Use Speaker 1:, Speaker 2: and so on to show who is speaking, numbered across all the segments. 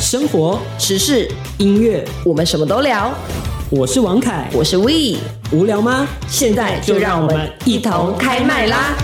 Speaker 1: 生活、
Speaker 2: 时事，
Speaker 1: 音乐，
Speaker 2: 我们什么都聊。
Speaker 1: 我是王凯。
Speaker 2: 我是 We，
Speaker 1: 无聊吗？
Speaker 2: 现在就让我们一同开麦啦！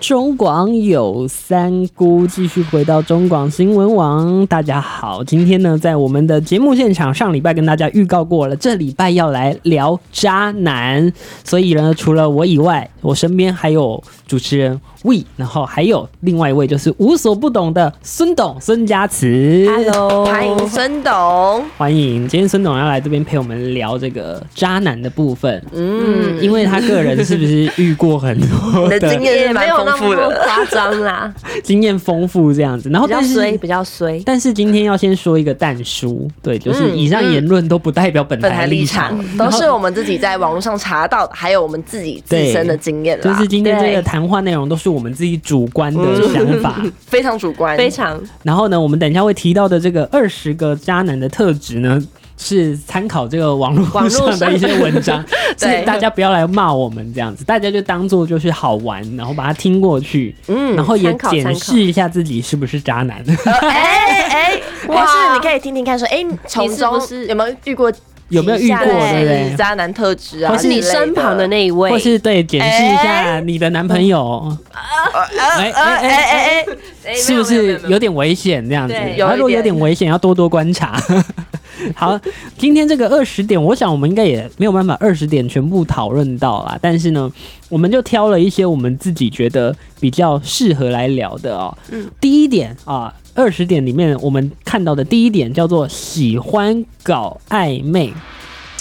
Speaker 1: 中广有三姑，继续回到中广新闻网。大家好，今天呢，在我们的节目现场，上礼拜跟大家预告过了，这礼拜要来聊渣男。所以呢，除了我以外，我身边还有主持人 We，然后还有另外一位就是无所不懂的孙董孙家慈。
Speaker 3: Hello，
Speaker 2: 欢迎孙董，
Speaker 1: 欢迎，今天孙董要来这边陪我们聊这个渣男的部分。嗯，
Speaker 2: 嗯，
Speaker 1: 因为他个人是不是遇过很多
Speaker 2: 你的经
Speaker 1: 的
Speaker 2: 验
Speaker 3: 也
Speaker 2: 是
Speaker 3: 没
Speaker 2: 蛮
Speaker 3: 有
Speaker 2: 丰
Speaker 3: 那
Speaker 2: 富
Speaker 3: 么
Speaker 2: 的，
Speaker 3: 夸张 啦，
Speaker 1: 经验丰富这样子，然后
Speaker 2: 比较
Speaker 1: 但
Speaker 2: 衰，
Speaker 1: 是
Speaker 2: 比较衰。
Speaker 1: 但是今天要先说一个淡书，对，就是以上言论都不代表本
Speaker 2: 嗯本
Speaker 1: 台
Speaker 2: 台立
Speaker 1: 场
Speaker 2: 场，都是我们自己在网络上查到的，还有我们自己自身的经验
Speaker 1: 就
Speaker 2: 啦，嗯
Speaker 1: 是今天这个
Speaker 2: 对
Speaker 1: 谈话内容都是我们自己主观的想法。
Speaker 2: 非常主
Speaker 1: 嗯
Speaker 2: 观，
Speaker 3: 非常
Speaker 1: 然后呢，我们等一下会提到的这个二十个渣男的特质呢，是参考这个网络
Speaker 2: 网络
Speaker 1: 上的一些文 章，所以
Speaker 2: 对
Speaker 1: 大家不要来骂我们这样子，大家就当做就是好玩，然后把它听过去，
Speaker 2: 嗯
Speaker 1: 然后也
Speaker 2: 参考
Speaker 1: 检
Speaker 2: 参考
Speaker 1: 视一下自己是不是渣男。
Speaker 2: 呃哎 哎，
Speaker 3: 哇
Speaker 2: 或是你可以听听看，说哎，从中
Speaker 3: 你是不是
Speaker 2: 有没有遇过
Speaker 1: 有没有遇过对不对
Speaker 2: 渣男特质啊
Speaker 1: 或
Speaker 2: 之
Speaker 1: 是
Speaker 2: 类，
Speaker 3: 你身旁的那一位
Speaker 1: 或，是对，检视一下你的男朋友哎哎哎
Speaker 2: 呃呃哎哎
Speaker 3: 哎
Speaker 1: 是不
Speaker 3: 没有没有
Speaker 1: 是
Speaker 3: 没有没有
Speaker 1: 有点危险这样子
Speaker 3: 对。
Speaker 2: 有一
Speaker 1: 他如果有
Speaker 2: 点
Speaker 1: 点危险，要多多观察。 好，今天这个二十点，我想我们应该也没有办法二十点全部讨论到啦。但是呢，我们就挑了一些我们自己觉得比较适合来聊的哦。嗯，第一点啊，二十点里面我们看到的第一点叫做喜欢搞暧昧。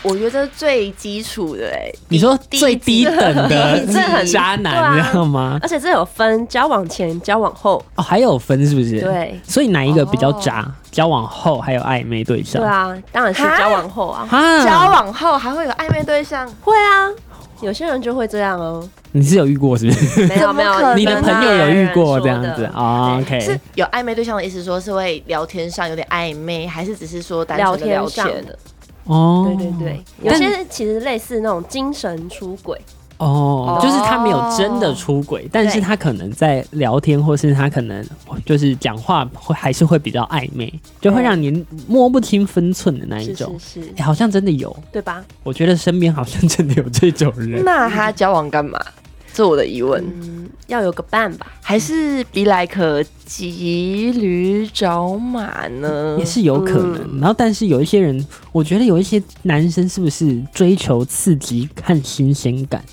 Speaker 2: 我觉得最基础的哎，
Speaker 1: 你说
Speaker 2: 第一
Speaker 1: 最低等 的
Speaker 3: 这很
Speaker 1: 渣男，
Speaker 3: 对啊
Speaker 1: 你知道吗？
Speaker 3: 而且这有分交往前、交往后，
Speaker 1: 哦，还有分是不是？。
Speaker 3: 对哦
Speaker 1: 所以哪一个比较渣？交往后还有暧昧对象？
Speaker 3: 对啊，当然是
Speaker 2: 哈
Speaker 3: 交往后啊，
Speaker 1: 啊
Speaker 2: 交往后还会有暧昧对象，
Speaker 3: 会啊，有些人就会这样哦，
Speaker 1: 你哦是有遇过是不是？
Speaker 3: 没有没
Speaker 2: 怎么可
Speaker 3: 有，
Speaker 2: 能
Speaker 1: 你的朋友有遇过这样
Speaker 3: 啊有人
Speaker 1: 子
Speaker 3: 说的
Speaker 1: 啊、o
Speaker 2: 是
Speaker 1: k
Speaker 2: 有暧昧对象的意思，说是会聊天上有点暧昧，还是只是说
Speaker 1: 啊
Speaker 2: 单
Speaker 3: 聊
Speaker 2: 纯的
Speaker 3: 天
Speaker 2: 聊
Speaker 3: 上
Speaker 2: 天？
Speaker 3: 的，
Speaker 1: 哦，
Speaker 3: 对对对，有
Speaker 1: 但
Speaker 3: 些其实类似那种精神出轨，
Speaker 1: 哦，就是他没有真的出轨，但是他可能在聊天，或是他可能就是讲话会还是会比较暧昧，就会
Speaker 3: 对
Speaker 1: 让你摸不清分寸的那一
Speaker 3: 是
Speaker 1: 种
Speaker 3: 是。是
Speaker 1: 哎、，好像真的有，
Speaker 3: 对吧？
Speaker 1: 我觉得身边好像真的有这种 人。
Speaker 2: 那他交往干嘛？这我的疑问，
Speaker 3: 嗯，要有个伴吧，
Speaker 2: 还是比莱可骑驴找马呢？
Speaker 1: 也是有可能。
Speaker 3: 嗯
Speaker 1: 然后，但是有一些人，我觉得有一些男生是不是追求刺激和新鲜感，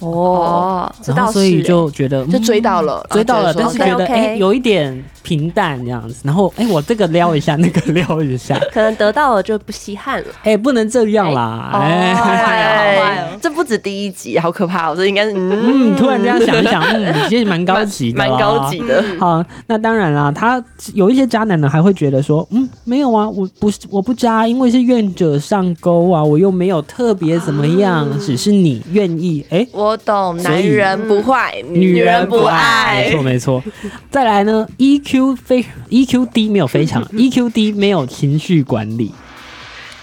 Speaker 2: 哦，
Speaker 3: 这
Speaker 1: 然
Speaker 3: 倒
Speaker 1: 后
Speaker 3: 是欸
Speaker 1: 所以就觉得、
Speaker 2: 就
Speaker 1: 嗯
Speaker 2: 追到了，
Speaker 1: 追到了，
Speaker 2: 然
Speaker 1: 但
Speaker 2: 后
Speaker 1: 是
Speaker 2: 觉得
Speaker 1: 觉
Speaker 2: 说
Speaker 1: 得
Speaker 3: OK，OK
Speaker 1: 哎、有一点平淡这样子。然后哎、我这个撩一下，那个撩一下，
Speaker 3: 可能得到了就不稀罕了，
Speaker 1: 哎、不能这样啦，哎、
Speaker 2: 哦
Speaker 3: 哎好坏
Speaker 2: 哎
Speaker 3: 哦，
Speaker 2: 这不止第一集，好可怕哦！这应该是
Speaker 1: 嗯，
Speaker 2: 嗯，
Speaker 1: 突然这样想一想，嗯，其实蛮高级的，
Speaker 2: 蛮蛮高级。的，
Speaker 1: 好，那当然啦，他有一些渣男呢，还会觉得说，嗯，没有啊，我不是我不渣，因为是愿者上钩啊，我又没有特别怎么样，只是你愿意，哎、
Speaker 2: 我懂，
Speaker 1: 所以
Speaker 2: 男人不坏，
Speaker 1: 女人不爱，
Speaker 2: 爱
Speaker 1: 没。错没错。再来呢，EQ 非 EQ 低没有非常，EQ 低没有情绪管理。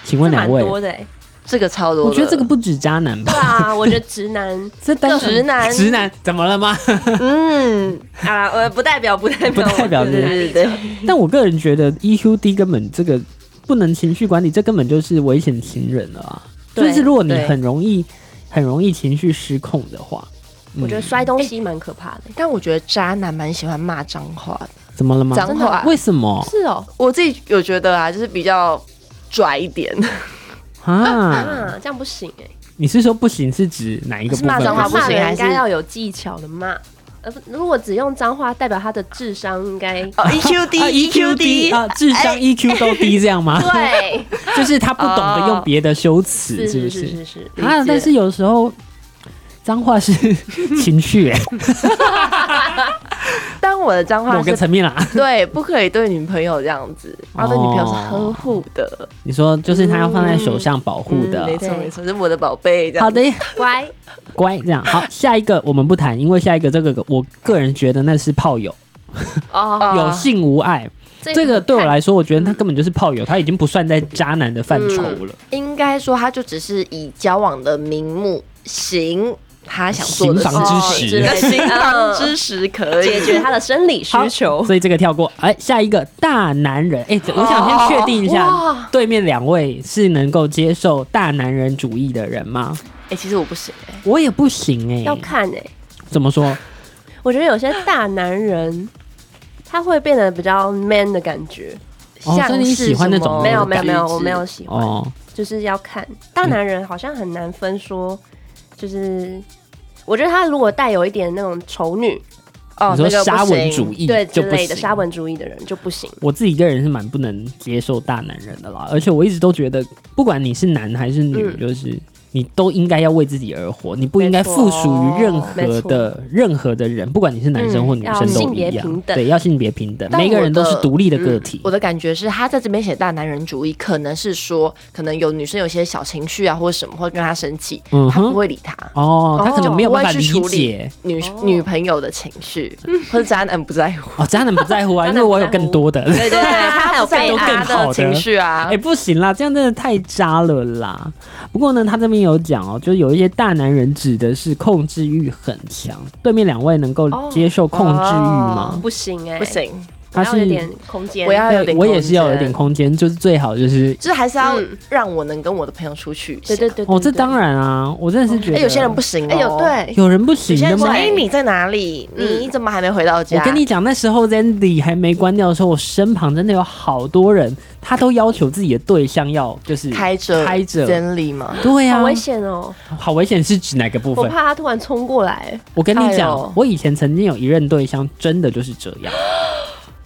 Speaker 1: 请问
Speaker 3: 这
Speaker 1: 哪
Speaker 3: 蛮
Speaker 1: 位？
Speaker 3: 多的哎。
Speaker 2: 这个超多的，
Speaker 1: 我觉得这个不止渣男
Speaker 3: 对
Speaker 1: 吧，
Speaker 3: 啊，我觉得直男
Speaker 1: 这单纯
Speaker 2: 直男
Speaker 1: 直男怎么了 吗？
Speaker 2: 嗯，
Speaker 3: 啊，呃，不代表不代 表
Speaker 1: 不代表
Speaker 3: 我
Speaker 1: 对
Speaker 2: 对
Speaker 1: 对
Speaker 2: 对
Speaker 3: 对
Speaker 2: 对，
Speaker 1: 但我个人觉得 EQ 低根本这个不能情绪管理，这根本就是危险情人了啊！
Speaker 3: 对
Speaker 1: 就是如果你
Speaker 2: 对
Speaker 1: 很容易很容易情绪失控的话，嗯
Speaker 3: 我觉得哎摔东西蛮可怕的。
Speaker 2: 但我觉得渣男蛮喜欢骂脏话的，
Speaker 1: 怎么了吗？
Speaker 2: 脏话。
Speaker 1: 为什么
Speaker 3: 是哦，
Speaker 2: 我自己有觉得啊，就是比较拽一点，
Speaker 1: 啊？
Speaker 3: 啊，这样不行哎，
Speaker 1: 你是说不行是指哪一个部
Speaker 2: 是骂
Speaker 1: 分？
Speaker 2: 脏话不行
Speaker 3: 骂人应
Speaker 2: 还
Speaker 3: 该
Speaker 2: 是
Speaker 3: 要有技巧的骂。呃，不如果只用脏话，代表他的智商应该
Speaker 2: 哦，EQ 低
Speaker 1: 啊
Speaker 2: ，EQ 低，
Speaker 1: 啊，智商 EQ 都低，这样吗？
Speaker 3: 对，啊
Speaker 1: 就是他不懂得用别的修辞，
Speaker 3: 是
Speaker 1: 是不
Speaker 3: 是
Speaker 1: 是？
Speaker 3: 是是是，
Speaker 2: 理
Speaker 1: 啊，
Speaker 2: 解
Speaker 1: 但是有时候脏话是 情绪、欸，
Speaker 2: 但我的脏话
Speaker 1: 某个
Speaker 2: 是
Speaker 1: 层面啦。
Speaker 2: 对，不可以对女朋友这样子，然后对女朋友是呵护的，
Speaker 1: 你说就是他要放在手上保护的
Speaker 2: 嗯，没错
Speaker 3: 对
Speaker 2: 没错，是我的宝贝这样。
Speaker 1: 好的，
Speaker 3: 乖，
Speaker 1: 乖，这样好。下一个我们不谈，因为下一个这个我个人觉得那是炮友，
Speaker 3: 哦，
Speaker 2: 啊
Speaker 1: 有性无爱，这个对我来说，我觉得他根本就是炮友，他已经不算在渣男的范畴了。
Speaker 2: 应该说，他就只是以交往的名目行他想做 的
Speaker 1: 行房之
Speaker 2: 事
Speaker 1: 时
Speaker 2: 情
Speaker 3: 哦之类的
Speaker 2: 行房之时可
Speaker 3: 解
Speaker 2: 以
Speaker 3: 决他的生理需
Speaker 1: 好
Speaker 3: 求。
Speaker 1: 所以这个跳过。哎，下一个大男人，哎，我想先确定一
Speaker 3: 哦
Speaker 1: 下
Speaker 3: 哇，
Speaker 1: 对面两位是能够接受大男人主义的人吗？
Speaker 2: 哎、其实我不行、哎，
Speaker 1: 我也不行
Speaker 3: 要
Speaker 1: 哎，
Speaker 3: 看哎、
Speaker 1: 怎么说？
Speaker 3: 我觉得有些大男人他会变得比较 man 的感觉。
Speaker 1: 哦
Speaker 2: 像
Speaker 1: 所以你喜
Speaker 2: 是
Speaker 1: 欢那
Speaker 2: 什么
Speaker 1: 种
Speaker 3: 没有没有
Speaker 2: 感
Speaker 3: 没有，
Speaker 2: 觉
Speaker 3: 我没有喜欢，
Speaker 1: 哦，
Speaker 3: 就是要看大男人好像很难分说，就是我觉得他如果带有一点那种丑女
Speaker 2: 哦
Speaker 1: 你，说
Speaker 2: 那个不
Speaker 1: 沙文
Speaker 2: 行
Speaker 1: 主义
Speaker 3: 对
Speaker 1: 就
Speaker 3: 之
Speaker 1: 不
Speaker 3: 类的
Speaker 1: 行
Speaker 3: 沙文主义的人就不行。
Speaker 1: 我自己个人是蛮不能接受大男人的啦，而且我一直都觉得，不管你是男还是女，
Speaker 3: 嗯
Speaker 1: 就是你都应该要为自己而活，你不应该附属于任何
Speaker 3: 没
Speaker 1: 的任何的人，不管你是男生
Speaker 3: 嗯
Speaker 1: 或女生
Speaker 3: 要
Speaker 1: 都
Speaker 3: 性
Speaker 1: 一
Speaker 3: 别
Speaker 1: 样
Speaker 3: 平，等
Speaker 1: 对，要性别平等，
Speaker 2: 但
Speaker 1: 每个
Speaker 2: 我
Speaker 1: 人都是
Speaker 2: 的
Speaker 1: 独立的个
Speaker 2: 嗯
Speaker 1: 体。
Speaker 2: 我的感觉是，他在这边写大男人主义，可能是说，可能有女生有些小情绪啊，或者什么，会跟他生气，
Speaker 1: 嗯
Speaker 2: 他不
Speaker 1: 哼，
Speaker 2: 会理他。
Speaker 1: 哦，他可
Speaker 2: 就
Speaker 1: 能没有
Speaker 2: 不
Speaker 1: 办
Speaker 2: 会
Speaker 1: 法
Speaker 2: 去
Speaker 1: 理
Speaker 2: 处理
Speaker 1: 解
Speaker 2: 女、
Speaker 3: 哦
Speaker 2: 女朋友的情绪，或者渣男不在乎，
Speaker 1: 哦，渣男不在乎 啊，
Speaker 3: 渣
Speaker 1: 因
Speaker 3: 男
Speaker 1: 为我有
Speaker 3: 不在
Speaker 1: 更
Speaker 3: 乎
Speaker 1: 多的。
Speaker 2: 对对啊 对，他还有
Speaker 3: 在
Speaker 2: 被
Speaker 1: 乎更
Speaker 2: 他
Speaker 1: 好的
Speaker 2: 的情绪啊
Speaker 1: 哎、，不行啦，这样真的太渣了啦。不过呢，他这边有讲哦，就是有一些大男人指的是控制欲很强。对面两位能够
Speaker 3: 哦
Speaker 1: 接受控制欲
Speaker 2: 哦
Speaker 1: 吗？
Speaker 3: 不行哎、
Speaker 2: 不，行，
Speaker 1: 他
Speaker 3: 要
Speaker 1: 是
Speaker 3: 有点空间。
Speaker 2: 我要有
Speaker 1: 对，
Speaker 2: 点，
Speaker 1: 我也是要有点，空间，就是最好就是。
Speaker 2: 就是还是要
Speaker 3: 嗯
Speaker 2: 让我能跟我的朋友出去一下。
Speaker 3: 对对对
Speaker 1: 哦，这当
Speaker 3: 然
Speaker 1: 然啊，我真的是觉得、
Speaker 2: 哎，有些人不，行哦，
Speaker 3: 哎有，对，
Speaker 1: 有人不
Speaker 2: 有
Speaker 1: 行
Speaker 2: 些
Speaker 1: 的
Speaker 2: 人说，
Speaker 1: 吗？
Speaker 2: 哎，你在哪里？
Speaker 3: 嗯
Speaker 2: 你怎么还没回到家？
Speaker 1: 我跟你讲，那时候 Zandy 还没关掉的时候，我身旁真的有好多人，他都要求自己的对象要就是
Speaker 2: 开着
Speaker 1: 开着，
Speaker 2: 真理吗？
Speaker 1: 对呀、
Speaker 3: 好
Speaker 1: 啊
Speaker 3: 危，险哦，
Speaker 1: 好危险是指哪个部
Speaker 3: 我
Speaker 1: 分？
Speaker 3: 怕他突然冲过来。
Speaker 1: 我跟你
Speaker 2: 哎
Speaker 1: 讲
Speaker 2: 呦，
Speaker 1: 我以前曾经有一任对象，真的就是这样，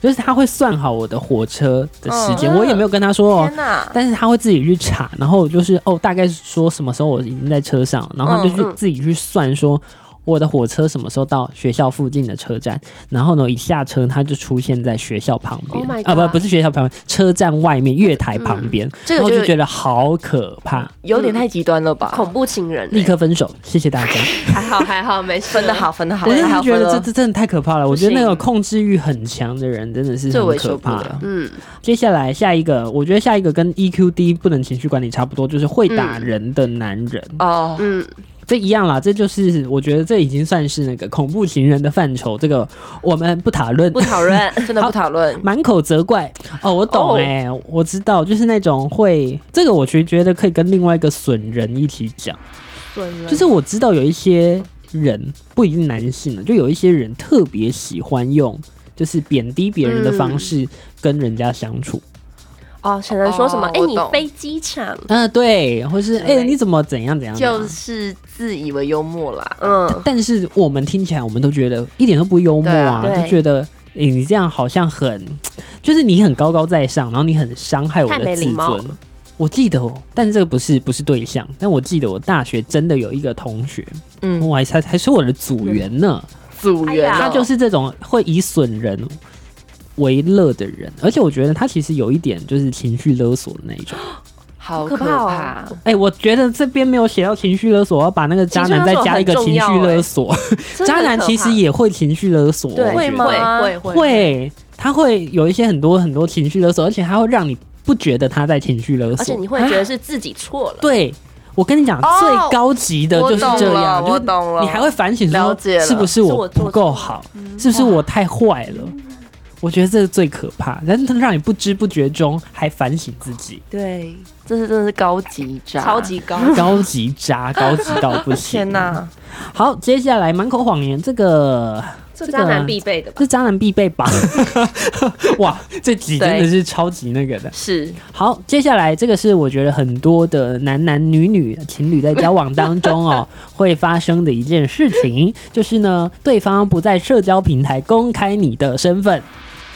Speaker 1: 就是他会算好我的火车的时间，
Speaker 2: 嗯
Speaker 1: 我也没有跟他说哦
Speaker 2: 天。哪！
Speaker 1: 但是他会自己去查，然后就是哦，大概说什么时候我已经在车上，然后他就去
Speaker 3: 嗯嗯
Speaker 1: 自己去算说我的火车什么时候到学校附近的车站，然后呢一下车他就出现在学校旁边
Speaker 3: Oh my
Speaker 1: 啊不
Speaker 3: God
Speaker 1: 不是学校旁边，车站外面月台旁边，
Speaker 2: 这
Speaker 1: 然后
Speaker 2: 个
Speaker 1: 就觉
Speaker 2: 就
Speaker 1: 得好可怕，
Speaker 2: 有点太极端了吧？
Speaker 3: 恐怖情人、
Speaker 1: 立刻分手，谢谢大家。
Speaker 3: 哦还好还好没事
Speaker 2: 分的，好，分的好，
Speaker 1: 我
Speaker 2: 分
Speaker 1: 真
Speaker 2: 的
Speaker 1: 的
Speaker 2: 好，
Speaker 1: 是觉
Speaker 2: 分
Speaker 1: 得这
Speaker 2: 了。
Speaker 1: 这真的太可怕了。我觉得
Speaker 2: 不
Speaker 1: 那
Speaker 2: 行
Speaker 1: 个控制欲很强的人真的是
Speaker 2: 这我
Speaker 1: 很
Speaker 2: 也
Speaker 1: 可
Speaker 2: 受不
Speaker 1: 怕
Speaker 2: 了。
Speaker 3: 嗯，
Speaker 1: 接下来下一个，我觉得下一个跟 EQD 不能情绪管理差不多，就是会打人的男人，
Speaker 2: 哦，
Speaker 3: 嗯，
Speaker 1: 这一样啦。这就是我觉得这已经算是那个恐怖情人的范畴，这个我们不讨论
Speaker 3: 不。讨论
Speaker 2: 真的不讨论。
Speaker 1: 满口责怪哦，我懂
Speaker 2: 哦
Speaker 1: 哎、我知道，就是那种会这个，我其实觉得可以跟另外一个损人一起讲。
Speaker 3: 损人，
Speaker 1: 就是我知道有一些人不一定男性啊了，就有一些人特别喜欢用就是贬低别人的
Speaker 3: 嗯
Speaker 1: 方式跟人家相处。
Speaker 3: 哦，可能说什么
Speaker 2: 哦
Speaker 3: 哎、
Speaker 2: 我
Speaker 3: 你
Speaker 2: 懂
Speaker 3: 飞机场，
Speaker 1: 嗯、对，或是哎、
Speaker 3: 对
Speaker 1: 你怎么怎样怎样怎样
Speaker 2: 就是自以为幽默啦，
Speaker 3: 嗯，
Speaker 1: 但是我们听起来，我们都觉得一点都不幽默啊，
Speaker 3: 对啊对
Speaker 1: 就觉得哎、你这样好像很，就是你很高高在上，然后你很伤害我
Speaker 3: 太
Speaker 1: 的
Speaker 3: 没
Speaker 1: 自
Speaker 3: 礼貌
Speaker 1: 尊。我记得哦，但这个不是不是对象，但我记得我大学真的有一个同学，
Speaker 2: 嗯，
Speaker 1: 我还还还是我的组员呢。
Speaker 2: 组员哦
Speaker 3: 哎呀
Speaker 1: 他就是这种会以损人为乐的人，而且我觉得他其实有一点就是情绪勒索的那一 种。
Speaker 2: 好
Speaker 3: 可
Speaker 2: 可
Speaker 3: 怕哦
Speaker 2: 怕，啊
Speaker 1: 哎、我觉得这边没有写到情绪勒索，我要把那个渣男再加一个情绪勒索。
Speaker 3: 真的
Speaker 1: 渣
Speaker 3: 很
Speaker 1: 男
Speaker 3: 可
Speaker 1: 其实
Speaker 3: 怕
Speaker 1: 也会情绪勒索，
Speaker 3: 对
Speaker 1: 我觉
Speaker 2: 会
Speaker 1: 得
Speaker 2: 吗
Speaker 3: 会会
Speaker 1: 会，他会有一些很多很多情绪勒索，而且他会让你不觉得他在情绪勒索，
Speaker 3: 而且你会觉得是自己错了，
Speaker 1: 对。我跟你讲，
Speaker 2: 哦
Speaker 1: 最高级的就是这样，
Speaker 2: 我懂了我懂
Speaker 1: 就是
Speaker 2: 了
Speaker 1: 你还会反省
Speaker 2: 了
Speaker 1: 说，
Speaker 2: 解了
Speaker 1: 是不是
Speaker 3: 是
Speaker 1: 我
Speaker 3: 我做
Speaker 1: 不够
Speaker 3: 错
Speaker 1: 好，是不是我太坏了？我觉得这是最可怕，但是它让你不知不觉中还反省自 己，
Speaker 2: 对，这是真的是高级渣，
Speaker 3: 超级 高，
Speaker 1: 高级渣，高级到不行。
Speaker 2: 天哪！
Speaker 1: 好，接下来满口谎言，这个
Speaker 3: 这
Speaker 1: 这个
Speaker 3: 渣男必备的吧？
Speaker 1: 这渣男必备吧？ 哇，这集真的是超级那个的。
Speaker 2: 是
Speaker 1: 好，接下来这个是我觉得很多的男男女女情侣在交往当中哦 会发生的一件事情，就是呢，对方不在社交平台公开你的身份，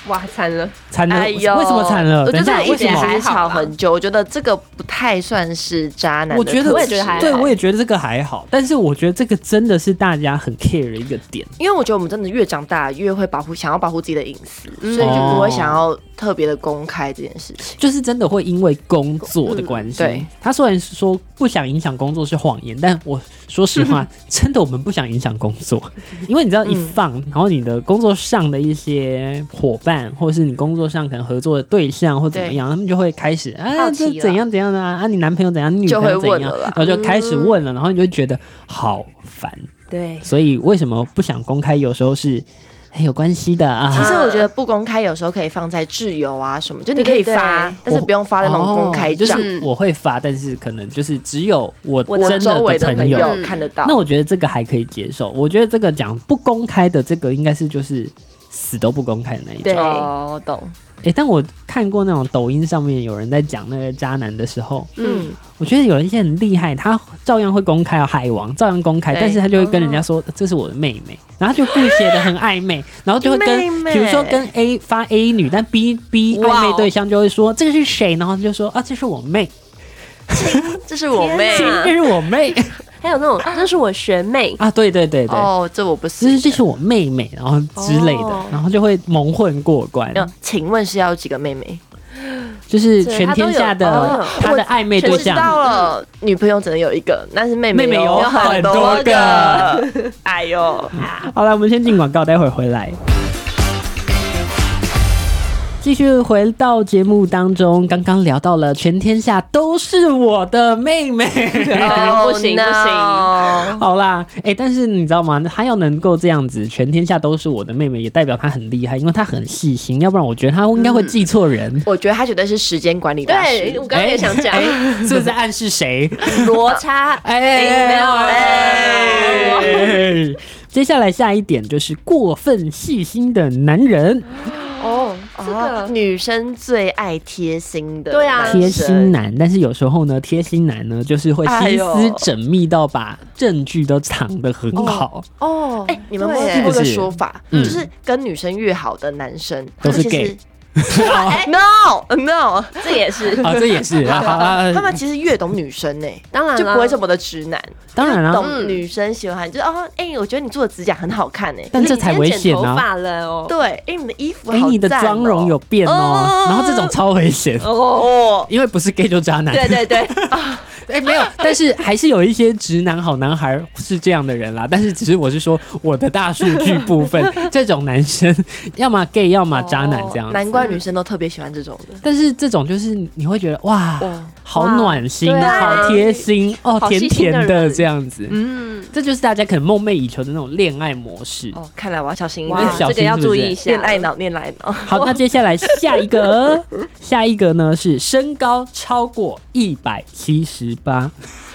Speaker 3: 哇，惨了，
Speaker 1: 惨了，
Speaker 2: 哎呦，
Speaker 1: 为什么惨了？
Speaker 2: 我觉
Speaker 1: 等
Speaker 2: 得
Speaker 1: 一下，
Speaker 2: 这个
Speaker 1: 为什
Speaker 2: 一点
Speaker 1: 么？
Speaker 2: 还
Speaker 3: 还好
Speaker 2: 吵
Speaker 3: 啦
Speaker 2: 很久，我觉得这个不太算是渣男的
Speaker 1: 我
Speaker 2: 特质。
Speaker 1: 觉得
Speaker 3: 我也觉得还好
Speaker 1: 对，我也觉得这个还好，但是我觉得这个真的是大家很 care 的一个点。
Speaker 2: 因为我觉得我们真的越长大越会保护，想要保护自己的隐私，所以就
Speaker 1: 哦
Speaker 2: 不会想要特别的公开这件事情。
Speaker 1: 就是真的会因为工作的关系。
Speaker 2: 嗯对，
Speaker 1: 他虽然说不想影响工作是谎言，但我说实 话，真的我们不想影响工作，因为你知道一放，
Speaker 2: 嗯
Speaker 1: 然后你的工作上的一些伙伴，或者是你工作上可能合作的对象或怎么样，他们就会开始啊，
Speaker 3: 好奇
Speaker 1: 这
Speaker 3: 了
Speaker 1: 怎样怎样的啊，啊你男朋友怎样，你女朋友怎
Speaker 2: 就会问
Speaker 1: 样
Speaker 2: 了，啦嗯
Speaker 1: 然后就开始问了，然后你就觉得好烦。
Speaker 3: 对，
Speaker 1: 所以为什么不想公开，有时候是很有关系的
Speaker 2: 其
Speaker 1: 啊。
Speaker 2: 实我觉得不公开有时候可以放在自由啊什么，就你可以
Speaker 3: 对对对
Speaker 2: 发，但是不用发在那种公开
Speaker 1: 哦就
Speaker 2: 账。
Speaker 1: 是我会发，但是可能就是只有我
Speaker 3: 我
Speaker 2: 我
Speaker 1: 真
Speaker 2: 周围
Speaker 1: 的
Speaker 2: 的
Speaker 1: 朋
Speaker 2: 朋
Speaker 1: 友。
Speaker 2: 友看得到
Speaker 1: 那，我觉得这个还可以接受。我觉得这个讲不公开的这个应该是就是死都不公开的那一种。
Speaker 3: 对
Speaker 2: 哦，懂，
Speaker 1: 诶，但我看过那种抖音上面有人在讲那个渣男的时候，
Speaker 2: 嗯，
Speaker 1: 我觉得有一些很厉害，他照样会公开啊，海王照样公开，
Speaker 2: 对哦
Speaker 1: 但是他就会跟人家说这是我的妹妹，然后他就故意写的很暧 昧，然后就会
Speaker 2: 妹
Speaker 1: 跟
Speaker 2: 妹
Speaker 1: 比如说跟 A 发 A 女，但 B B
Speaker 2: 哇
Speaker 1: 暧
Speaker 2: 哦
Speaker 1: 昧对象就会说这个是谁，然后他就说啊这是我妹，
Speaker 2: 这是我妹啊
Speaker 3: 天
Speaker 1: 这是我妹
Speaker 3: 还有那种那是我学妹，
Speaker 1: 啊，对对对对。
Speaker 2: 哦，这我不
Speaker 1: 这是
Speaker 2: 是。
Speaker 1: 这是我妹妹，然后之类的，
Speaker 3: 哦
Speaker 1: 然后就会蒙混过关，
Speaker 2: 那请问是要有几个妹妹？
Speaker 1: 就是全天下
Speaker 3: 对她都有
Speaker 1: 的
Speaker 3: 哦
Speaker 1: 他的暧昧
Speaker 2: 我
Speaker 1: 对
Speaker 2: 知
Speaker 1: 象，
Speaker 2: 道了，女朋友只能有一个，但是妹
Speaker 1: 妹妹有
Speaker 2: 有
Speaker 1: 很多
Speaker 2: 多
Speaker 1: 个。
Speaker 2: 哎呦，
Speaker 1: 好了，我们先进广告，待会儿回来。继续回到节目当中，刚刚聊到了全天下都是我的妹妹。
Speaker 3: 哎不行不行
Speaker 2: no
Speaker 1: 好啦，哎、但是你知道吗？她要能够这样子，全天下都是我的妹妹，也代表她很厉害，因为她很细心，要不然我觉得她应该会记错人。
Speaker 2: 我觉得他绝对是时间管理大师
Speaker 3: 对，我。刚刚也想讲
Speaker 1: 哎是不是在暗示谁？
Speaker 3: 罗差，
Speaker 1: 哎哎哎哎！接下来下一点就是过分细心的男人，
Speaker 2: 哦，
Speaker 3: 个
Speaker 2: 啊女生最爱贴心的，
Speaker 3: 对啊
Speaker 1: 贴心。男。但是有时候呢，贴心男呢，就是会
Speaker 2: 哎
Speaker 1: 心
Speaker 2: 呦
Speaker 1: 思缜密到把证据都藏得很好，
Speaker 2: 哦，哎、你们有没有
Speaker 3: 对
Speaker 2: 听过一
Speaker 1: 是
Speaker 2: 个
Speaker 1: 不是
Speaker 2: 说法，
Speaker 1: 嗯
Speaker 2: 就是跟女生越好的男生
Speaker 1: 都是
Speaker 2: 他们其实
Speaker 1: gay
Speaker 2: No No，
Speaker 3: 这也是
Speaker 1: 啊，这也是啊啊。啊
Speaker 2: 他们其实越懂女生呢、
Speaker 3: 当然
Speaker 2: 就
Speaker 3: 啦
Speaker 2: 不会这么的直男。
Speaker 1: 当然啊
Speaker 2: 就
Speaker 1: 了、
Speaker 2: 懂女生喜欢，就是哦，哎、我觉得你做的指甲很好看哎、
Speaker 1: 但这才危险
Speaker 3: 头
Speaker 1: 啊！
Speaker 3: 发了哦，
Speaker 2: 对，哎、你的衣服好
Speaker 1: 哎，
Speaker 2: 赞哦、
Speaker 1: 你的妆容有变哦
Speaker 2: 哦，
Speaker 1: 然后这种超危险，
Speaker 2: 哦，
Speaker 1: 因为不是 gay 就渣男。
Speaker 3: 对对对，
Speaker 1: 哎、 没有，但是还是有一些直男好男孩是这样的人啦。但是只是我是说我的大数据部分，这种男生要么 gay，要么渣男这样子
Speaker 2: 哦难怪女生都特别喜欢这种的。
Speaker 1: 但是这种就是你会觉得哇，
Speaker 2: 哇
Speaker 1: 好暖心，
Speaker 3: 哇对啊
Speaker 1: 好贴心哦，
Speaker 3: 好细
Speaker 1: 甜
Speaker 3: 心的
Speaker 1: 甜的
Speaker 3: 人
Speaker 1: 这样子。
Speaker 3: 嗯，
Speaker 1: 这就是大家可能梦寐以求的那种恋爱模式。
Speaker 2: 哦，看来我要小心一
Speaker 1: 哇
Speaker 2: 点，
Speaker 1: 小
Speaker 3: 这个要
Speaker 1: 心是不
Speaker 3: 注
Speaker 1: 是
Speaker 3: 意一下，
Speaker 2: 恋爱脑，恋爱脑。
Speaker 1: 好，那接下来下一个，下一个呢是身高超过一百七十八。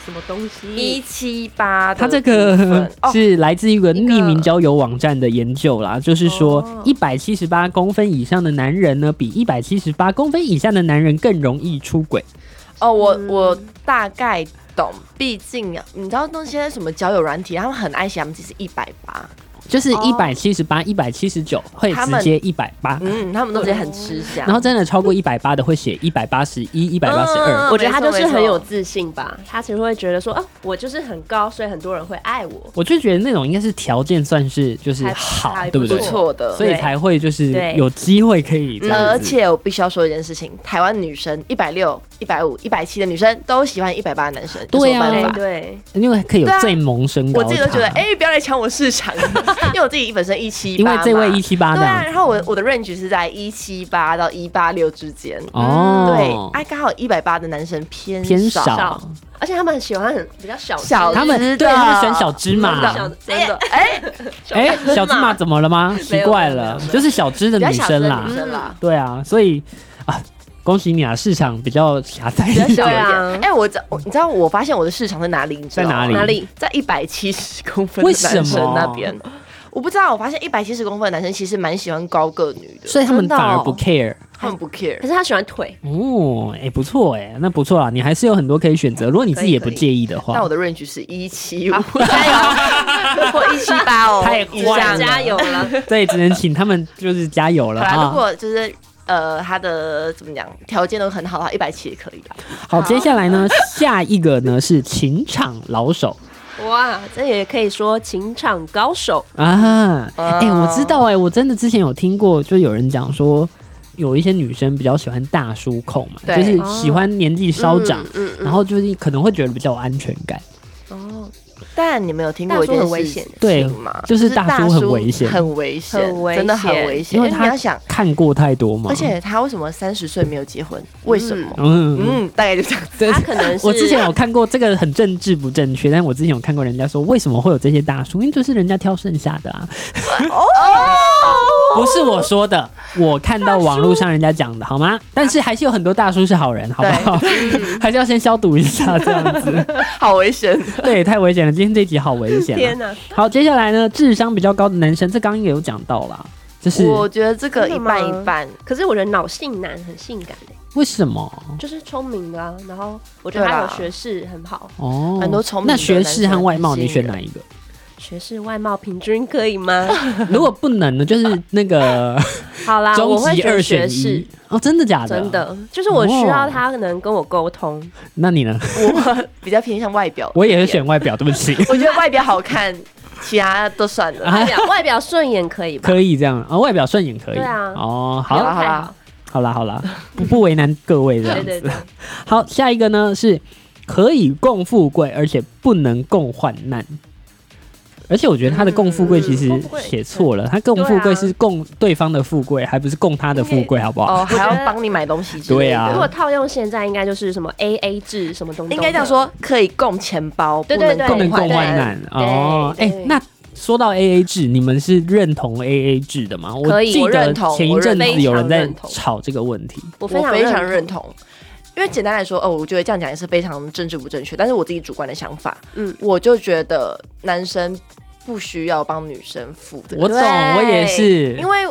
Speaker 3: 什么东
Speaker 2: 一
Speaker 3: 西？
Speaker 2: 七八，
Speaker 1: 它这个
Speaker 2: 哦，
Speaker 1: 是来自一个
Speaker 2: 一个
Speaker 1: 匿名交友网站的研究啦，就是说
Speaker 2: 哦
Speaker 1: 一百七十八公分以上的男人呢，比一百七十八公分以下的男人更容易出轨。
Speaker 2: 哦，我我大概懂，毕竟啊，你知道那些什么交友软体，他们很爱写他们自己是一百八，
Speaker 1: 就是一
Speaker 3: 哦
Speaker 1: 百七十八、一百七十九会
Speaker 2: 他
Speaker 1: 直
Speaker 2: 们
Speaker 1: 接一百八，
Speaker 2: 嗯，他们都觉得很吃香。
Speaker 1: 然后真的超过一百八的会写一百八十一、一百八十二。
Speaker 2: 嗯
Speaker 3: 我觉得他就是很有
Speaker 2: 没错
Speaker 3: 自信吧，他只会觉得说，哦，我就是很高，所以很多人会爱我。
Speaker 1: 我就觉得那种应该是条件算是就是
Speaker 3: 还
Speaker 1: 好，
Speaker 3: 还
Speaker 1: 对不对
Speaker 2: 不？错的，
Speaker 1: 所以
Speaker 3: 对
Speaker 1: 才会就是
Speaker 3: 对
Speaker 1: 有机会可以这样子。
Speaker 2: 而且我必须要说一件事情，台湾女生一百六、一百五、一百七的女生都喜欢一百八的男生，
Speaker 1: 对啊
Speaker 2: 有什么
Speaker 3: 对
Speaker 2: 办法。
Speaker 3: 对，
Speaker 1: 因为可以有
Speaker 2: 对啊
Speaker 1: 最萌身高
Speaker 2: 我
Speaker 1: 差，
Speaker 2: 自己都觉得，哎、不要来抢我市场， 因为我自己本身一七
Speaker 1: 因
Speaker 2: 八，
Speaker 1: 为这位一七八
Speaker 2: 对
Speaker 1: 的
Speaker 2: 啊，然后我我的 range 是在一七八到一八六之间，
Speaker 1: 哦
Speaker 2: 对，，哎，刚好一百八的男生偏
Speaker 1: 偏
Speaker 2: 啊少，
Speaker 1: 少。
Speaker 3: 而且他们很喜欢很比较小
Speaker 2: 小
Speaker 1: 他们
Speaker 2: 知
Speaker 1: 对
Speaker 2: 道
Speaker 1: 他们喜欢小芝
Speaker 3: 小
Speaker 1: 麻。
Speaker 3: 真的
Speaker 2: 哎、
Speaker 1: 哎、小芝麻怎么了吗？奇怪
Speaker 2: 没有
Speaker 1: 了
Speaker 2: 没有没，有
Speaker 1: 就是小芝的
Speaker 2: 比较
Speaker 1: 女
Speaker 2: 小
Speaker 1: 生
Speaker 2: 只的
Speaker 1: 啦
Speaker 2: 女。生啦。
Speaker 1: 对啊，所以啊，恭喜你啊，市场比较狭窄一
Speaker 2: 比较 小一
Speaker 1: 点。
Speaker 2: 点，
Speaker 3: 对
Speaker 2: 哎、
Speaker 3: 啊
Speaker 2: 我知我你知道我发现我的市场在哪里？你知道吗
Speaker 1: 在哪里
Speaker 3: 哪里？
Speaker 2: 在一百七十公分的
Speaker 1: 为什么
Speaker 2: 男生那边。我不知道，我发现一百七十公分的男生其实蛮喜欢高个女的，
Speaker 1: 所以他们
Speaker 3: 真的
Speaker 1: 反
Speaker 3: 哦
Speaker 1: 而不 care
Speaker 2: 他们不 care
Speaker 3: 可。是他喜欢腿，
Speaker 1: 哦，哎、不错哎、那不错啊，你还是有很多可以选择。如果你自己也不介意的
Speaker 2: 但
Speaker 1: 话
Speaker 2: 我，的 range 是一七五，加油，啊或一七八哦，
Speaker 1: 太
Speaker 2: 就这
Speaker 1: 坏
Speaker 2: 样
Speaker 1: 了
Speaker 3: 哎加油了，
Speaker 1: 对，只能请他们就是加油了
Speaker 2: 好啦，如
Speaker 1: 啊。
Speaker 2: 果就是呃，他的怎么讲，条件都很好的话，一百七也可以的。
Speaker 1: 好，接下来呢，下一个呢是情场老手
Speaker 3: 哇，这也可以说情场高手，
Speaker 1: 啊。哎、
Speaker 2: 哦
Speaker 1: 我知道哎、我真的之前有听过，就有人讲说。有一些女生比较喜欢大叔控嘛，
Speaker 2: 对
Speaker 1: 就是喜欢年纪稍长，
Speaker 3: 嗯嗯
Speaker 1: 然后就是可能会觉得比较有安全感。
Speaker 3: 哦，
Speaker 2: 但你们有听
Speaker 3: 大
Speaker 2: 过一
Speaker 3: 叔
Speaker 2: 件
Speaker 3: 很危
Speaker 2: 事
Speaker 3: 险
Speaker 2: 情
Speaker 1: 对
Speaker 2: 吗？
Speaker 1: 就是大叔
Speaker 2: 大
Speaker 1: 很危险
Speaker 2: 很危险，
Speaker 3: 很危
Speaker 2: 真的很
Speaker 3: 险
Speaker 2: 危险。
Speaker 1: 因为
Speaker 2: 你
Speaker 1: 他
Speaker 2: 要想，
Speaker 1: 看过太多嘛，
Speaker 2: 而且他为什么三十岁没有结婚？为什么？
Speaker 1: 嗯，
Speaker 2: 嗯，大概就这样子。
Speaker 1: 对
Speaker 3: 他可能是
Speaker 1: 我之前有看过这个很政治不正确，但我之前有看过人家说为什么会有这些大叔，因为就是人家挑剩下的啊，
Speaker 2: 哦，
Speaker 1: 不是我说的，我看到网络上人家讲的好吗？但是还是有很多大叔是好人，好不好？ 还是要先消毒一下这样子，
Speaker 2: 好危险。
Speaker 1: 对，太危险了，今天这集好危险啊
Speaker 3: 天。哪，
Speaker 1: 好，接下来呢，智商比较高的男生，这刚刚也有讲到啦，就是
Speaker 2: 我觉得这个
Speaker 3: 真的
Speaker 2: 一半
Speaker 3: 吗
Speaker 2: 一半，
Speaker 3: 可是我觉得脑性男很性感欸
Speaker 1: 为什么？
Speaker 3: 就是聪明的啊，然后我觉得
Speaker 2: 对
Speaker 3: 他
Speaker 2: 啦
Speaker 3: 有学识很好，
Speaker 1: 哦，
Speaker 2: 很多聪明的
Speaker 1: 那学识和外貌，
Speaker 2: 男生
Speaker 1: 你
Speaker 2: 很吸引
Speaker 1: 选哪一个？
Speaker 3: 学识外貌平均可 以吗？
Speaker 1: 如果不能呢，就是那个
Speaker 3: 好啦，啊我
Speaker 1: 终
Speaker 3: 会
Speaker 1: 极
Speaker 3: 选
Speaker 1: 二
Speaker 3: 学
Speaker 1: 选
Speaker 3: 士
Speaker 1: 一，。哦，真的假的？
Speaker 3: 真。的，就是我需
Speaker 1: 哦
Speaker 3: 要他能跟我沟通，
Speaker 1: 那你呢？。
Speaker 2: 我比较偏向外表
Speaker 1: 我也是， 选外表，对不起。
Speaker 2: 我觉得外表好看，其他都算了。
Speaker 1: 啊
Speaker 3: 外表外表顺眼可以吧？
Speaker 1: 可以这样啊、外表顺眼可以。
Speaker 3: 对啊
Speaker 1: 哦，
Speaker 3: 不
Speaker 1: 好
Speaker 3: 要
Speaker 2: 啦
Speaker 1: 啦，
Speaker 2: 好
Speaker 3: 太
Speaker 2: 啦
Speaker 3: 好，
Speaker 1: 好啦，好啦，不不为难各位这样
Speaker 3: 对
Speaker 1: 子。
Speaker 3: 对对，
Speaker 1: 好，下一个呢是可以共富贵，而且不能共患难。而且我觉得他的共富贵其实
Speaker 3: 嗯嗯共富贵
Speaker 1: 写错了，他共富贵是共对方的富贵，还不是共他的富
Speaker 3: 啊
Speaker 1: 贵，好不好？
Speaker 2: 哦，还要帮你买东西之类
Speaker 1: 对
Speaker 2: 的。
Speaker 1: 啊
Speaker 3: 如果套用现在，应该就是什么 A A 制什么东东的，
Speaker 2: 应该这样说，可以共钱包，
Speaker 3: 对
Speaker 2: 不
Speaker 3: 对
Speaker 2: 能
Speaker 3: 对
Speaker 1: 不能
Speaker 2: 共
Speaker 1: 共
Speaker 2: 患
Speaker 1: 患
Speaker 2: 难。
Speaker 1: 难哦。
Speaker 3: 对
Speaker 1: 哎、
Speaker 3: 对
Speaker 1: 那说到 A A 制，你们是认同 A A 制的吗？
Speaker 3: 可
Speaker 1: 我
Speaker 3: 以
Speaker 1: 记
Speaker 2: 我
Speaker 1: 得
Speaker 2: 认同
Speaker 1: 前一
Speaker 2: 我认
Speaker 1: 阵子有人
Speaker 3: 非常
Speaker 1: 在
Speaker 3: 认同
Speaker 1: 吵这个问题。
Speaker 2: 我
Speaker 3: 我非常
Speaker 2: 非常认
Speaker 3: 同。
Speaker 2: 同。因为简单来说，哦，我觉得这样讲也是非常政治不正确，但是我自己主观的想法，
Speaker 3: 嗯
Speaker 2: 嗯，我就觉得男生不需要帮女生付的，
Speaker 1: 我懂，我也是
Speaker 2: 因。为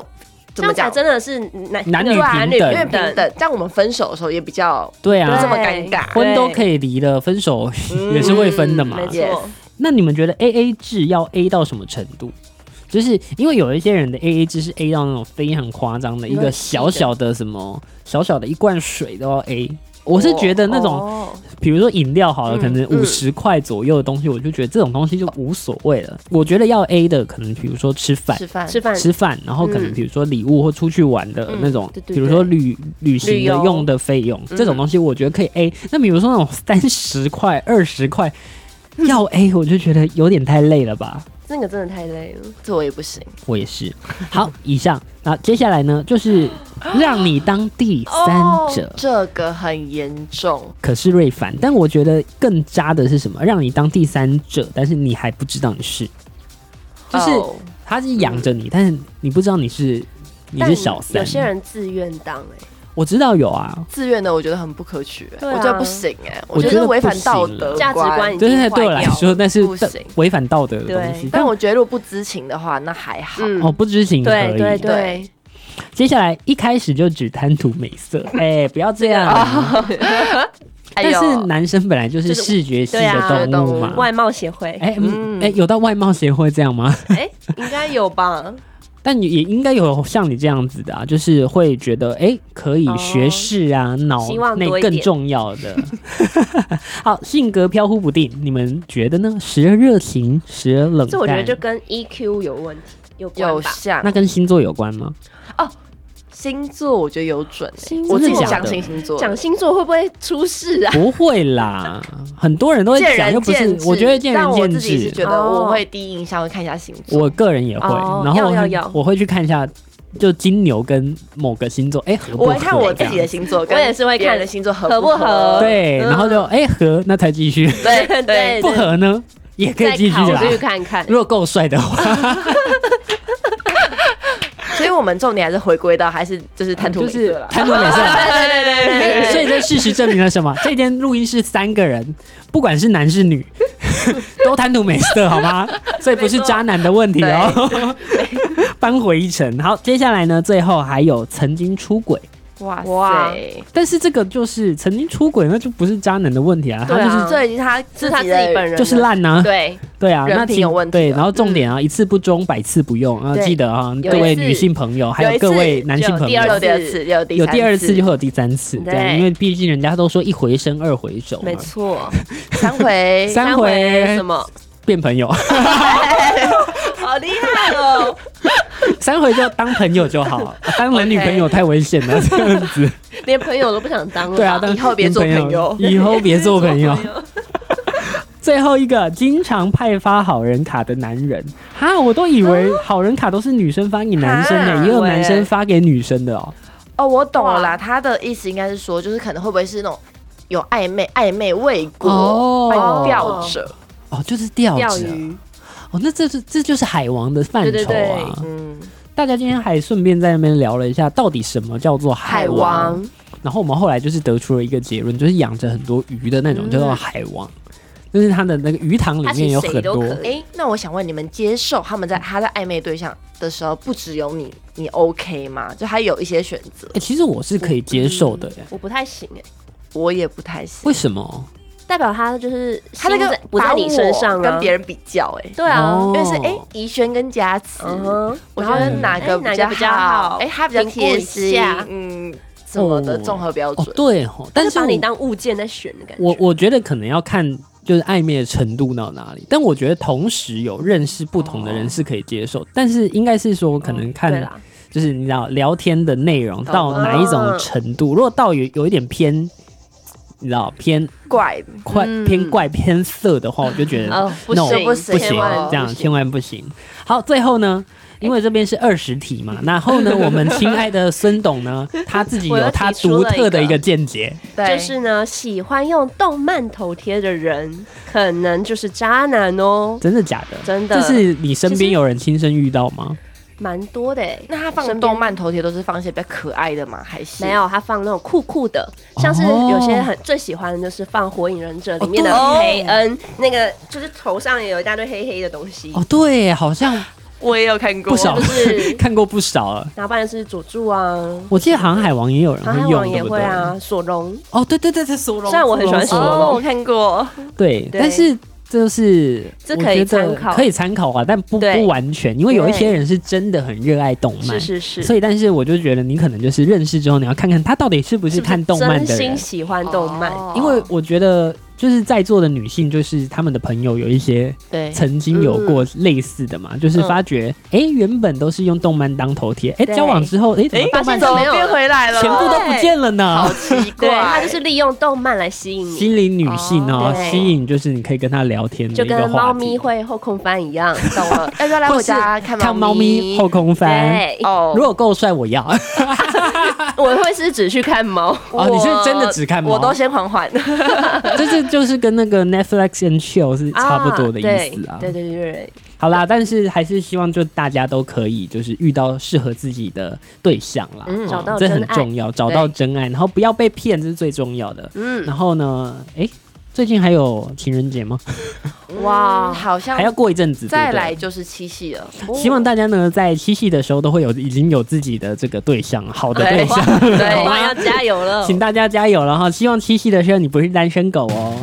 Speaker 3: 这
Speaker 2: 怎么
Speaker 3: 样才
Speaker 2: 讲，
Speaker 3: 真的是男
Speaker 1: 男女
Speaker 3: 对啊
Speaker 1: 平
Speaker 3: 男女
Speaker 1: 等
Speaker 2: 因为平
Speaker 3: 平等，
Speaker 2: 等，这样我们分手的时候也比较
Speaker 1: 对
Speaker 2: 不这
Speaker 1: 啊，
Speaker 2: 么尴尬。
Speaker 1: 婚都可以离了，分手 也是会分的嘛。
Speaker 3: 嗯没
Speaker 2: 也
Speaker 3: 错，
Speaker 1: 那你们觉得 A A 制要 A 到什么程度？就是因为有一些人的 A A 制是 A 到那种非常夸张的，一个小小的什么小小的一罐水都要 A。我是觉得那种，
Speaker 2: 哦
Speaker 1: 比如说饮料好了，
Speaker 2: 嗯
Speaker 1: 可能
Speaker 2: 嗯
Speaker 1: 五十块左右的东西，我就觉得这种东西就无所谓了。我觉得要 A 的，可能比如说吃饭。
Speaker 2: 吃饭
Speaker 3: 吃饭
Speaker 1: 吃饭，然后可能
Speaker 3: 嗯
Speaker 1: 比如说礼物或出去玩的那种，
Speaker 3: 对对
Speaker 1: 比
Speaker 3: 对
Speaker 1: 如说旅旅行
Speaker 3: 旅
Speaker 1: 的
Speaker 3: 游嗯
Speaker 1: 用的费用，这种东西我觉得可以 A。那比如说那种三十块、二十块要 A，我就觉得有点太累了吧。
Speaker 3: 那个真的太累了。
Speaker 2: 这我也不行，
Speaker 1: 我也是。好，以上，那接下来呢，就是让你当第三者。
Speaker 3: 哦
Speaker 2: 这个很严重。
Speaker 1: 可是瑞凡，但我觉得更渣的是什么？让你当第三者，但是你还不知道你是，就是
Speaker 2: 哦
Speaker 1: 他是养着你，但是你不知道你是你
Speaker 3: 但
Speaker 1: 是小三。
Speaker 3: 有些人自愿当哎，
Speaker 1: 我知道有啊，
Speaker 2: 自愿的，我觉得很不可取、欸
Speaker 3: 对啊
Speaker 2: 我觉得不行哎、
Speaker 1: 我
Speaker 2: 我觉
Speaker 1: 觉得
Speaker 2: 违反
Speaker 1: 不行
Speaker 2: 道
Speaker 1: 了
Speaker 2: 德
Speaker 3: 价值观已
Speaker 1: 对
Speaker 3: 经
Speaker 1: 对
Speaker 3: 坏
Speaker 1: 对我来
Speaker 3: 掉。
Speaker 1: 说那是
Speaker 2: 不行
Speaker 1: 违反道德的东西
Speaker 3: 对。
Speaker 2: 但我觉得如果不知情的话，那还好。
Speaker 3: 嗯
Speaker 1: 哦，不知情可
Speaker 3: 对
Speaker 1: 以。
Speaker 3: 对对
Speaker 2: 对，
Speaker 1: 接下来一开始就只贪图美 色，哎、不要这样。啊
Speaker 2: 哎
Speaker 1: 但
Speaker 2: 呦
Speaker 1: 是男生本来就是
Speaker 3: 就是
Speaker 1: 视觉系
Speaker 3: 对啊
Speaker 1: 的动物
Speaker 2: 动物
Speaker 1: 嘛。
Speaker 3: 外貌协会
Speaker 1: 哎、嗯
Speaker 2: 嗯
Speaker 1: 哎、有到外貌协会这样吗？
Speaker 3: 哎，应该有吧？
Speaker 1: 但也应该有像你这样子的啊，就是会觉得哎、可以
Speaker 3: 哦
Speaker 1: 学识啊，脑
Speaker 3: 希望
Speaker 1: 内
Speaker 3: 多一
Speaker 1: 更
Speaker 3: 点
Speaker 1: 重要的。 好，性格飘忽不定，你们觉得呢？时而热情，时而冷淡。
Speaker 3: 这我觉得就跟 EQ 有问题有关
Speaker 2: 有
Speaker 3: 吧。
Speaker 2: 像
Speaker 1: 那跟星座有关吗？
Speaker 2: 星座，我觉得有准、欸
Speaker 3: 星。座
Speaker 2: 我自己
Speaker 1: 真的假
Speaker 2: 相
Speaker 1: 的
Speaker 2: 信星座，
Speaker 3: 讲星座会不会出事啊？
Speaker 1: 不会啦，很多人都会
Speaker 2: 见
Speaker 1: 讲，
Speaker 2: 仁
Speaker 1: 又不是
Speaker 2: 见，智。
Speaker 1: 我觉得见仁
Speaker 2: 但我
Speaker 1: 见
Speaker 2: 自己是
Speaker 1: 智。
Speaker 2: 觉得
Speaker 3: 哦
Speaker 2: 我会第一印象会看一下星座。
Speaker 1: 我个人也会，
Speaker 3: 哦
Speaker 1: 然后
Speaker 3: 要
Speaker 1: 我
Speaker 3: 要要
Speaker 1: 我会去看一下，就金牛跟某个星座，哎、合不合
Speaker 2: 我会看我
Speaker 1: 这
Speaker 2: 自
Speaker 1: 样
Speaker 2: 己的星座，跟
Speaker 3: 我也是会看
Speaker 2: 别人的星座合
Speaker 3: 合不
Speaker 2: 不
Speaker 3: 合
Speaker 1: 对，然后就哎、合，那才继续；
Speaker 2: 对
Speaker 3: 对
Speaker 2: 对，
Speaker 1: 不合呢，也可以继续
Speaker 3: 再考
Speaker 1: 啦。
Speaker 3: 虑看看。
Speaker 1: 如果够帅的话，
Speaker 2: 所以我们重点还是回归到还是 就是谈吐
Speaker 1: 就
Speaker 2: 美
Speaker 1: 是
Speaker 2: 色啦。
Speaker 1: 贪图美色啦。
Speaker 3: 对对对对对对
Speaker 1: 所以这事实证明了什么？这间录音室三个人，不管是男是女， 都贪图美色，好 吗？所以不是渣男的问题哦。 扳回一城。好，接下来呢，最后还有曾经出轨，
Speaker 2: 哇
Speaker 3: 哇
Speaker 2: 塞，
Speaker 1: 但是这个就是曾经出轨，那就不是渣男的问题啊，他
Speaker 3: 对
Speaker 1: 就
Speaker 3: 啊
Speaker 1: 是。
Speaker 2: 这已经他
Speaker 3: 是他自己本人的
Speaker 1: 就是烂呐、啊，
Speaker 3: 对，
Speaker 1: 对啊，
Speaker 2: 人
Speaker 1: 那
Speaker 2: 品
Speaker 1: 请
Speaker 2: 有问题
Speaker 1: 对，
Speaker 2: 了
Speaker 1: 然后重点啊，一次不忠，百次不用啊，
Speaker 3: 嗯对
Speaker 1: 记得啊，
Speaker 3: 有
Speaker 1: 各位
Speaker 3: 一次
Speaker 1: 女性朋友，还
Speaker 3: 有一
Speaker 1: 有各
Speaker 3: 次
Speaker 1: 位男性
Speaker 3: 就有
Speaker 1: 朋
Speaker 3: 第
Speaker 1: 友
Speaker 3: 二，
Speaker 2: 有第二次，有第
Speaker 1: 有第二次就
Speaker 2: 就
Speaker 1: 会有第三次，对，
Speaker 3: 对
Speaker 1: 因为毕竟人家都说一回生二回熟嘛
Speaker 3: 没，错。
Speaker 2: 三回
Speaker 1: 三
Speaker 3: 三
Speaker 1: 回
Speaker 3: 什么？
Speaker 1: 变朋友，
Speaker 3: 好厉害哦！
Speaker 1: 三回就当朋友就好，当男女朋友太危险了，这样子。
Speaker 3: 连朋友都不想当了吧。。
Speaker 1: 对啊，当
Speaker 2: 以后别做朋友
Speaker 1: 以后别做 朋友最后一个，经常派发好人卡的男人，哈，我都以为好人卡都是女生发给男生的、
Speaker 2: 啊
Speaker 1: 也有男
Speaker 2: 喂
Speaker 1: 生发给女生的哦、
Speaker 2: 哦，我懂了
Speaker 3: 哇
Speaker 2: 啦，他的意思应该是说，就是可能会不会是那种有暧昧、暧昧未果、
Speaker 1: 哦
Speaker 2: 吊着，
Speaker 1: 哦，就是钓
Speaker 3: 钓
Speaker 1: 者
Speaker 3: 鱼，
Speaker 1: 哦，那这是这就是海王的范畴啊。
Speaker 3: 对对对
Speaker 2: 嗯，
Speaker 1: 大家今天还顺便在那边聊了一下，到底什么叫做海
Speaker 2: 海
Speaker 1: 王？
Speaker 2: 王
Speaker 1: 然后我们后来就是得出了一个结论，就是养着很多鱼的那种
Speaker 3: 嗯
Speaker 1: 叫做海王，就是它的那个鱼塘里
Speaker 3: 它其
Speaker 1: 面
Speaker 3: 实
Speaker 1: 有
Speaker 3: 谁
Speaker 1: 很
Speaker 3: 都
Speaker 1: 多。
Speaker 3: 可以
Speaker 2: 哎、那我想问你们，接受他们在他在暧昧对象的时候，不只有你，你 OK 吗？就他有一些选择，
Speaker 1: 欸其实我是可以接受的耶，
Speaker 3: 我不太行哎，
Speaker 2: 我也不太行
Speaker 1: 为。什么？
Speaker 3: 代表他就是
Speaker 2: 他那
Speaker 3: 心
Speaker 2: 个
Speaker 3: 在不在你身上啊，
Speaker 2: 跟别人比较、哎，
Speaker 3: 对啊，
Speaker 1: 哦
Speaker 2: 因为是哎，怡轩跟佳慈，
Speaker 3: 嗯哼，
Speaker 2: 我觉得哪个
Speaker 3: 哎哪
Speaker 2: 较
Speaker 3: 个比较好
Speaker 2: 哎，他比较
Speaker 3: 评估
Speaker 2: 贴
Speaker 3: 一
Speaker 2: 心
Speaker 3: 下，
Speaker 2: 嗯，什么的综合标
Speaker 1: 哦
Speaker 2: 准，，
Speaker 1: 对哦，但
Speaker 3: 但
Speaker 1: 是
Speaker 3: 是把你
Speaker 1: 我
Speaker 3: 当物件在选的感觉。
Speaker 1: 我我觉得可能要看就是暧昧的程度到哪里，但我觉得同时有认识不同的人是可以接受，但是应该是说可能
Speaker 3: 哦对
Speaker 1: 看
Speaker 3: 啦，
Speaker 1: 就是你知道聊天的内容到
Speaker 2: 懂
Speaker 1: 哪一种程度，如果到有有一点偏。你知道偏
Speaker 2: 怪
Speaker 1: 快、
Speaker 2: 嗯
Speaker 1: 偏怪偏色的话，我就觉得
Speaker 3: 哦，不
Speaker 1: no，
Speaker 3: 行
Speaker 2: 不
Speaker 1: 不行
Speaker 2: 行
Speaker 3: 千万，
Speaker 1: 这样
Speaker 3: 不行
Speaker 1: 千万不行。好，最后呢，因为这边是二十题嘛，然后 呢，我们亲爱的孙董呢，他自己
Speaker 3: 哎我又
Speaker 1: 有他
Speaker 3: 提出
Speaker 1: 独
Speaker 3: 了一
Speaker 1: 特的一
Speaker 3: 个
Speaker 1: 个见解。
Speaker 2: 对，
Speaker 3: 就是呢，喜欢用动漫头贴的人，可能就是渣男哦，
Speaker 1: 真的假的？
Speaker 3: 真的，
Speaker 1: 这是你身边有人亲身遇到吗？
Speaker 3: 蛮多的哎。
Speaker 2: 那他放
Speaker 3: 身边
Speaker 2: 动漫头贴都是放一些比较可爱的吗？还是
Speaker 3: 没？有，他放那种酷酷的，像是
Speaker 1: 哦
Speaker 3: 有些很最喜欢的就是放《火影忍者》里面的
Speaker 2: 哦对
Speaker 3: 黑恩，那个就是头上也有一大堆黑黑的东西，
Speaker 1: 哦，对，好像
Speaker 2: 我也有看过
Speaker 1: 不少
Speaker 3: 就是
Speaker 1: 看过不少了。
Speaker 3: 然后不然就是佐助啊，
Speaker 1: 我记得航海王也有人
Speaker 3: 航海
Speaker 1: 会用，
Speaker 3: 王
Speaker 1: 对
Speaker 3: 也
Speaker 1: 不
Speaker 3: 会
Speaker 1: 对？
Speaker 3: 啊，索隆，
Speaker 1: 哦，对对对对，索隆。
Speaker 3: 虽然我很喜欢
Speaker 1: 索
Speaker 3: 索
Speaker 1: 隆，
Speaker 2: 哦，
Speaker 3: 隆
Speaker 2: 我看过，
Speaker 1: 对，
Speaker 3: 对
Speaker 1: 但是就是
Speaker 3: 这
Speaker 1: 我
Speaker 3: 可以
Speaker 1: 觉得
Speaker 3: 参考
Speaker 1: 可以参考啊，但不
Speaker 3: 对
Speaker 1: 不完全，因为有一
Speaker 3: 对
Speaker 1: 些人是真的很热爱动漫
Speaker 3: 是。是是，
Speaker 1: 所以，但是我就觉得你可能就是认识之后，你要看看他到底是不
Speaker 3: 是
Speaker 1: 是
Speaker 3: 不
Speaker 1: 看动漫的
Speaker 3: 真
Speaker 1: 人
Speaker 3: 心，喜欢动漫，
Speaker 2: 哦
Speaker 1: 因为我觉得就是在座的女性，就是她们的朋友有一些
Speaker 3: 哎
Speaker 2: 对
Speaker 1: 曾经有过
Speaker 3: 嗯
Speaker 1: 类似的嘛，就是发觉，哎、原本都是用动漫当头贴，哎、
Speaker 3: 对
Speaker 1: 交往之后，哎、怎么
Speaker 2: 哎，
Speaker 1: 动漫
Speaker 3: 现怎么
Speaker 2: 怎么变回来了，
Speaker 1: 全部都不见了呢
Speaker 2: 好？奇
Speaker 3: 对
Speaker 2: 怪，
Speaker 3: 他就是利用动漫来吸引你，
Speaker 1: 心灵女性哦
Speaker 3: 哦，对
Speaker 1: 吸引就是你可以跟她聊天的
Speaker 3: 就
Speaker 1: 一个
Speaker 3: 跟
Speaker 1: 话
Speaker 3: 猫
Speaker 1: 题
Speaker 3: 咪，会后空翻一样，懂了？
Speaker 2: 要不要来
Speaker 1: 或
Speaker 2: 我
Speaker 1: 是
Speaker 2: 家看
Speaker 1: 看猫咪
Speaker 2: 咪
Speaker 1: 后？空翻。
Speaker 3: 对，
Speaker 2: 哦
Speaker 1: 如果够帅，我要。
Speaker 3: 我会是只去看猫，
Speaker 1: 哦你是真的只看猫
Speaker 2: 我都先缓缓。
Speaker 1: 就是就是跟那个 Netflix and chill 是差不多的意思啊。
Speaker 3: 啊对对对对，
Speaker 1: 好啦，但是还是希望就大家都可以就是遇到适合自己的对象啦，
Speaker 2: 嗯
Speaker 1: 哦
Speaker 3: 找到
Speaker 1: 这
Speaker 3: 真
Speaker 1: 很
Speaker 3: 爱
Speaker 1: 重要，找到真爱，然后不要被骗，这是最重要的。
Speaker 3: 嗯，
Speaker 1: 然后呢，诶，最近还有情人节吗？
Speaker 3: 哇
Speaker 2: 哇，嗯好像
Speaker 1: 还要过一阵子，
Speaker 2: 再
Speaker 1: 对不对
Speaker 2: 来。就是七夕了。
Speaker 1: 希望大家呢，在七夕的时候都会有已经有自己的这个对象，好的对象，
Speaker 3: 哎对，
Speaker 1: 好啊
Speaker 3: 我
Speaker 1: 吗
Speaker 3: 要加油了，
Speaker 1: 请大家加油了哈！希望七夕的时候你不是单身狗哦。